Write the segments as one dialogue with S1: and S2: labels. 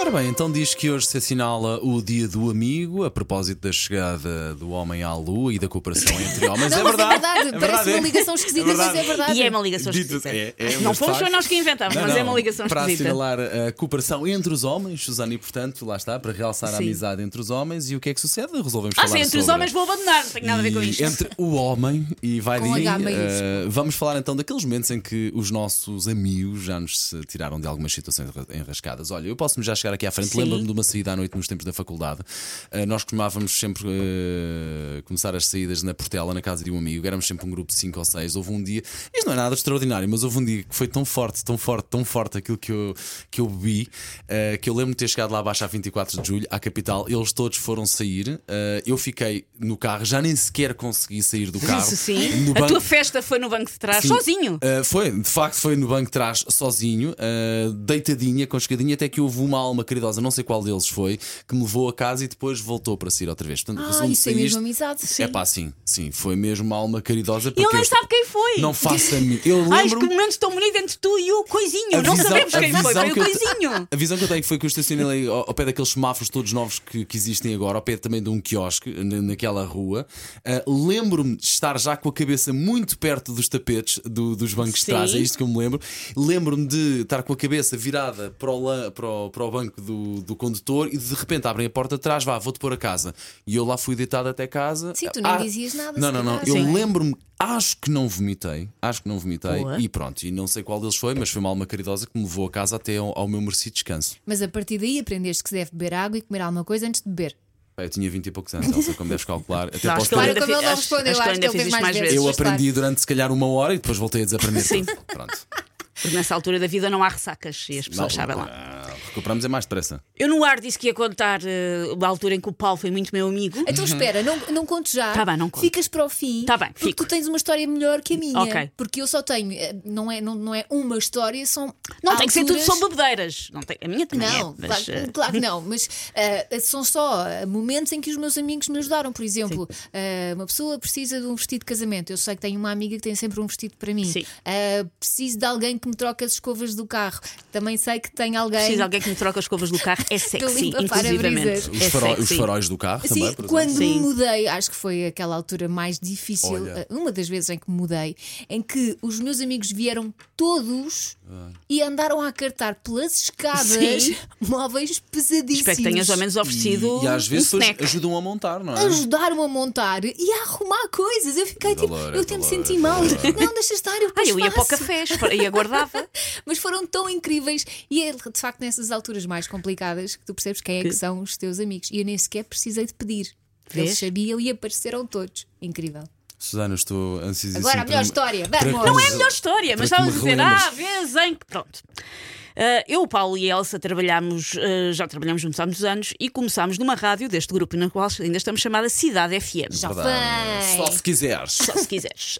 S1: Ora bem, então diz que hoje se assinala o Dia do Amigo, a propósito da chegada do homem à Lua e da cooperação entre homens.
S2: Não,
S1: é,
S2: mas
S1: verdade,
S2: é verdade, parece uma ligação esquisita, mas é verdade.
S3: E é uma ligação
S1: Dito-
S3: esquisita.
S1: é- é,
S3: não
S1: mas
S3: fomos
S1: de
S3: só
S1: facto-
S3: nós que inventamos,
S1: Não,
S3: mas é
S1: não,
S3: uma ligação
S1: Para
S3: esquisita.
S1: assinalar a cooperação entre os homens, Susana, e portanto, lá está, para realçar a
S3: Sim.
S1: amizade entre os homens. E o que é que sucede? Resolvemos
S3: Ah,
S1: falar
S3: sim, entre os
S1: sobre-
S3: homens vou abandonar, não tenho nada a ver com
S1: E
S3: isto.
S1: Entre o homem e vai
S2: Com
S1: daí,
S2: H maiúsculo.
S1: eh, vamos falar então daqueles momentos em que os nossos amigos já nos se tiraram de algumas situações enra- enrascadas. Olha, eu posso-me já chegar aqui à frente,
S3: Sim.
S1: lembro-me de uma saída à noite nos tempos da faculdade. Eh, nós costumávamos sempre eh, começar as saídas na Portela, na casa de um amigo. Éramos sempre um grupo de cinco ou seis. Houve um dia, isto não é nada extraordinário, mas houve um dia que foi tão forte, tão forte, tão forte aquilo que eu, que eu bebi, eh, que eu lembro de ter chegado lá abaixo a 24 de julho, à capital. Eles todos foram sair. eh, eu fiquei no carro, já nem sequer consegui sair do carro.
S3: Isso sim.
S1: No
S3: a tua festa foi no banco de trás,
S1: Sim.
S3: Tá sozinho.
S1: Uh, foi, de facto, foi no banco de trás, sozinho, uh, deitadinha, conchegadinha, até que houve uma alma caridosa, não sei qual deles foi, que me levou a casa e depois voltou para sair outra vez. Portanto,
S2: Ah,
S1: resumo
S2: isso é
S1: isto,
S2: mesmo amizade.
S1: É pá, sim, sim, foi mesmo uma alma caridosa.
S3: E
S1: Porque
S3: ele nem
S1: eu-
S3: sabe quem foi.
S1: Não faça a mim. Eu
S3: Ai, que
S1: lembro.
S3: momentos tão bonitos entre tu e o coisinho.
S1: A
S3: não
S1: visão-
S3: sabemos
S1: a
S3: quem foi,
S1: visão
S3: foi o
S1: que eu te-
S3: coisinho.
S1: A visão que eu tenho foi que eu estacionei ali ao, ao pé daqueles semáforos todos novos que, que existem agora, ao pé também de um quiosque, na- naquela rua. Ah, lembro-me de estar já com a cabeça muito perto dos tapetes do- dos bancos de
S3: Sim.
S1: trás, é isto que eu me lembro. Lembro-me de estar com a cabeça virada para o, lan- para o- para o banco do, do condutor e de repente abrem a porta de trás, vá, vou-te pôr a casa. E eu lá fui deitado até casa.
S2: Sim, tu não dizias nada,
S1: Ah, Não,
S2: se
S1: não, não.
S2: calhar.
S1: Eu
S2: Sim.
S1: lembro-me, acho que não vomitei, acho que não vomitei
S3: Boa.
S1: e pronto. E não sei qual deles foi, mas foi uma alma caridosa que me levou a casa até ao, ao meu merecido descanso.
S2: Mas a partir daí aprendeste que se deve beber água e comer alguma coisa antes de beber.
S1: Pá, Eu tinha 20 e poucos anos, não sei como deves calcular. Até posso
S3: Acho que ele
S1: ter-
S2: Claro,
S3: ainda
S2: como
S3: fi-
S2: ele não respondeu, acho que
S3: ainda
S2: ele
S3: fiz
S2: fez
S3: isto
S2: mais vezes.
S1: Eu
S2: Assustar.
S1: aprendi durante se calhar uma hora e depois voltei a desaprender. Sim. Pronto.
S3: Porque nessa altura da vida não há ressacas e as pessoas sabem lá.
S1: ah, Recuperamos é mais depressa.
S3: Eu no ar disse que ia contar eh, a altura em que o Paulo foi muito meu amigo.
S2: Então espera, não, não conto já.
S3: Uhum. Tá bem, não conto.
S2: Ficas para o fim.
S3: Tá bem,
S2: Porque
S3: fico.
S2: tu tens uma história melhor que a minha.
S3: Ok.
S2: Porque eu só tenho. eh, Não é, não, não é uma história, são.
S3: Não tem que ser tudo
S2: alturas-
S3: são bebedeiras. Não tem, a minha também
S2: Não,
S3: é. Mas,
S2: claro,
S3: eh,
S2: claro que não, mas ah, são só ah, momentos em que os meus amigos me ajudaram. Por exemplo, ah, uma pessoa precisa de um vestido de casamento. Eu sei que tenho uma amiga que tem sempre um vestido para mim.
S3: Sim.
S2: Ah, preciso de alguém que me troque as escovas do carro. Também sei que tem alguém.
S3: Preciso de alguém que me troque as escovas do carro. É sexy,
S2: limpa
S3: inclusivamente.
S2: para-brisas.
S1: Os,
S3: é
S1: faró- os
S3: sexy.
S1: faróis do carro
S2: Sim,
S1: também. por exemplo.
S2: quando me
S3: Sim.
S2: mudei, acho que foi aquela altura mais difícil,
S1: Olha.
S2: ah, uma das vezes em que me mudei, em que os meus amigos vieram todos
S1: Ah.
S2: e andaram a cartar pelas escadas
S3: Sim.
S2: móveis pesadíssimos.
S3: Espero que tenhas ao menos
S2: é
S3: oferecido
S1: E, e às
S3: um
S1: vezes
S3: snack.
S1: ajudam a montar, não é?
S2: ajudaram a montar e a arrumar coisas. Eu fiquei tipo,
S1: Valor,
S2: eu até me
S1: valor,
S2: senti
S1: valor.
S2: mal. Não, deixa estar, eu
S3: Ah,
S2: depois
S3: eu ia para o
S2: faço.
S3: café espera- e aguardava.
S2: Mas foram tão incríveis e é de facto nessas alturas mais complicadas que tu percebes quem é que são os teus amigos. E eu nem sequer precisei de pedir. Eles
S3: Vês?
S2: sabiam e apareceram todos. Incrível.
S1: Susana, estou ansiosíssimo.
S2: Agora a
S1: para
S2: melhor
S1: me-
S2: história.
S1: para
S2: Vamos.
S1: que-
S2: Não é
S3: É a melhor história, mas
S1: Para que
S3: estávamos a
S1: me
S3: dizer, ah, vez em que. Pronto. Ah, eu, o Paulo e a Elsa trabalhámos, ah, já trabalhámos juntos há muitos anos e começámos numa rádio deste grupo na qual ainda estamos chamada Cidade FM.
S2: Já
S1: Verdade. Só
S2: foi.
S1: se quiseres.
S3: Só se quiseres.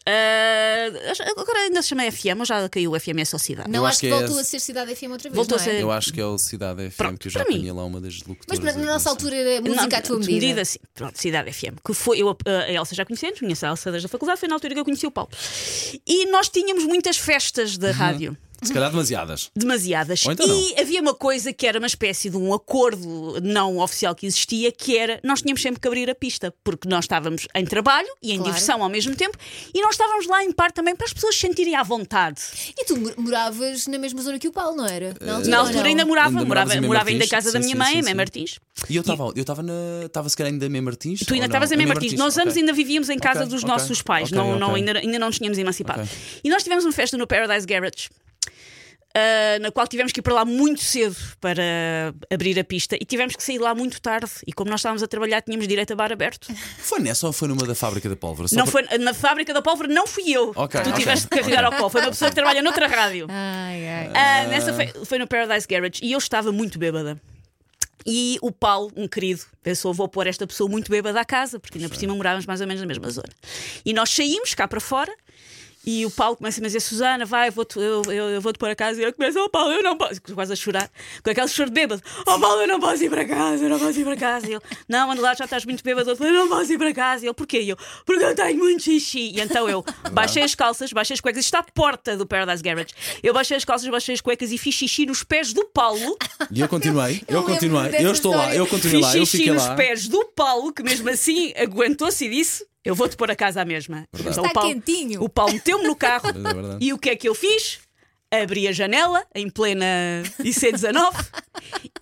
S3: Ah, agora ainda se chama FM ou já caiu o FM é só Cidade?
S2: Não
S1: Eu
S2: acho
S1: acho
S2: que
S1: que é
S2: voltou a
S1: esse.
S2: ser Cidade FM outra vez.
S3: Voltou
S2: não
S3: a
S2: é?
S3: ser.
S1: Eu acho que é o Cidade FM
S3: Pronto,
S1: que eu já
S3: para mim.
S1: tinha lá uma das
S2: Mas
S1: locutoras.
S2: na- na
S1: eu não
S2: nossa
S1: sei.
S2: altura, a música à tua medida.
S3: sim. assim, Pronto, Cidade FM. Que foi, eu, eh, a a Elsa já conhecemos, conheço a Elsa desde a faculdade, foi na altura que eu conheci o Paulo. E nós tínhamos muitas festas
S2: Uhum.
S3: da rádio.
S1: Se calhar demasiadas.
S3: Demasiadas.
S1: Ou então
S3: e havia uma coisa que era uma espécie de um acordo não oficial que existia, que era nós tínhamos sempre que abrir a pista, porque nós estávamos em trabalho e em
S2: Claro.
S3: diversão ao mesmo tempo, e nós estávamos lá em parte também para as pessoas se sentirem à vontade.
S2: E tu mor- moravas na mesma zona que o Paulo, não era?
S1: Eh,
S2: um- Na altura,
S3: Na
S2: ou
S3: altura
S2: não?
S3: ainda morava,
S1: Ainda moravas
S3: morava,
S1: em Mem
S3: morava ainda em
S1: Martins.
S3: casa da
S1: Sim,
S3: minha
S1: sim,
S3: mãe,
S1: sim,
S3: a Mãe
S1: sim.
S3: Martins.
S1: E eu estava, eu estava na. Estava se calhar ainda a Mem Martins.
S3: Tu ainda
S1: ou não?
S3: estavas a Mem
S1: Mem
S3: Martins. Nós ambos
S1: ok.
S3: ainda vivíamos em casa
S1: Ok,
S3: dos
S1: ok,
S3: nossos pais,
S1: ok,
S3: não, Não,
S1: ok.
S3: ainda, ainda não nos tínhamos emancipado.
S1: Ok.
S3: E nós tivemos uma festa no Paradise Garage. ah, na qual tivemos que ir para lá muito cedo para abrir a pista e tivemos que sair lá muito tarde. E como nós estávamos a trabalhar, tínhamos direito a bar aberto.
S1: Foi nessa ou foi numa da fábrica da pólvora? Só
S3: Não
S1: para-
S3: foi, na fábrica da pólvora não fui eu
S1: Ok,
S3: que tu
S1: ok,
S3: tiveste de carregar ao pó, foi uma pessoa que trabalha noutra rádio.
S2: Ai, ai.
S3: Ah, nessa foi, foi no Paradise Garage e eu estava muito bêbada. E o Paulo, um querido, pensou: vou pôr esta pessoa muito bêbada à casa, porque ainda por cima morávamos mais ou menos na mesma zona. E nós saímos cá para fora. E o Paulo começa a dizer: Susana, vai, eu vou-te eu, eu, eu vou pôr a casa. E eu começo: Oh, Paulo, eu não posso. Quase a chorar, com aquele choro de bêbado: Oh, Paulo, eu não posso ir para casa, eu não posso ir para casa. E eu: Não, anda lá, já estás muito bêbado. Eu não posso ir para casa. E ele: Porquê? E eu: Porque eu tenho muito xixi. E então eu baixei as calças, baixei as cuecas. Isto está à porta do Paradise Garage. Eu baixei as calças, baixei as cuecas e fiz xixi nos pés do Paulo.
S1: E eu continuei, eu,
S2: Eu lembro
S1: continuei,
S2: dessa
S1: eu estou lá,
S2: história.
S1: eu continuei
S3: Fiz
S1: lá, eu
S3: xixi
S1: fiquei
S3: nos
S1: lá.
S3: pés do Paulo, que mesmo assim aguentou-se e disse: Eu vou-te pôr a casa à mesma. Então,
S2: Está quentinho.
S3: O Paulo meteu-me no carro
S1: Mas é verdade.
S3: e o que é que eu fiz? Abri a janela em plena IC19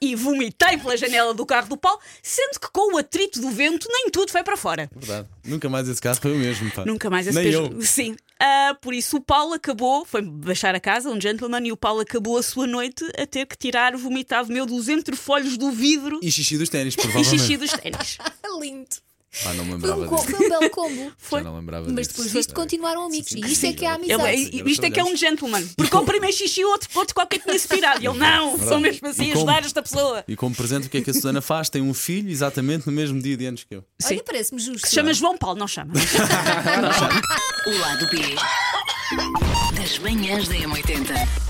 S3: e vomitei pela janela do carro do Paulo, sendo que com o atrito do vento nem tudo foi para fora.
S1: Verdade. Nunca mais esse carro foi o mesmo. Pá.
S3: Nunca mais esse
S1: Nem
S3: Peugeot.
S1: eu.
S3: Sim. Ah, por isso o Paulo acabou, foi baixar a casa, um gentleman, e o Paulo acabou a sua noite a ter que tirar o vomitado meu dos entrefolhos do vidro
S1: E xixi dos ténis,
S3: e
S1: provavelmente.
S3: xixi dos ténis.
S1: Ah.
S2: Lindo.
S1: Pá, não me
S2: Foi um,
S1: lembrava
S2: co-
S1: disso.
S2: foi um belo combo.
S3: Foi.
S1: Já não lembrava
S2: Mas
S1: disso.
S2: depois disto continuaram amigos.
S1: Sim,
S2: E
S1: sim,
S2: isto é
S1: sim,
S2: que é a
S1: sim.
S3: Ele,
S2: amizade.
S1: Sim,
S3: isto é que é um gentleman. Porque o primeiro xixi outro, outro qualquer tinha aspirado. E ele, não, sou mesmo assim,
S1: E como?
S3: ajudar esta pessoa.
S1: E como presente, o que é que a Susana faz? Tem um filho exatamente no mesmo dia de anos que eu.
S3: Sim.
S2: Olha, parece-me justo.
S3: Se chama João Paulo, não chama.
S4: O lado B das manhãs da M80.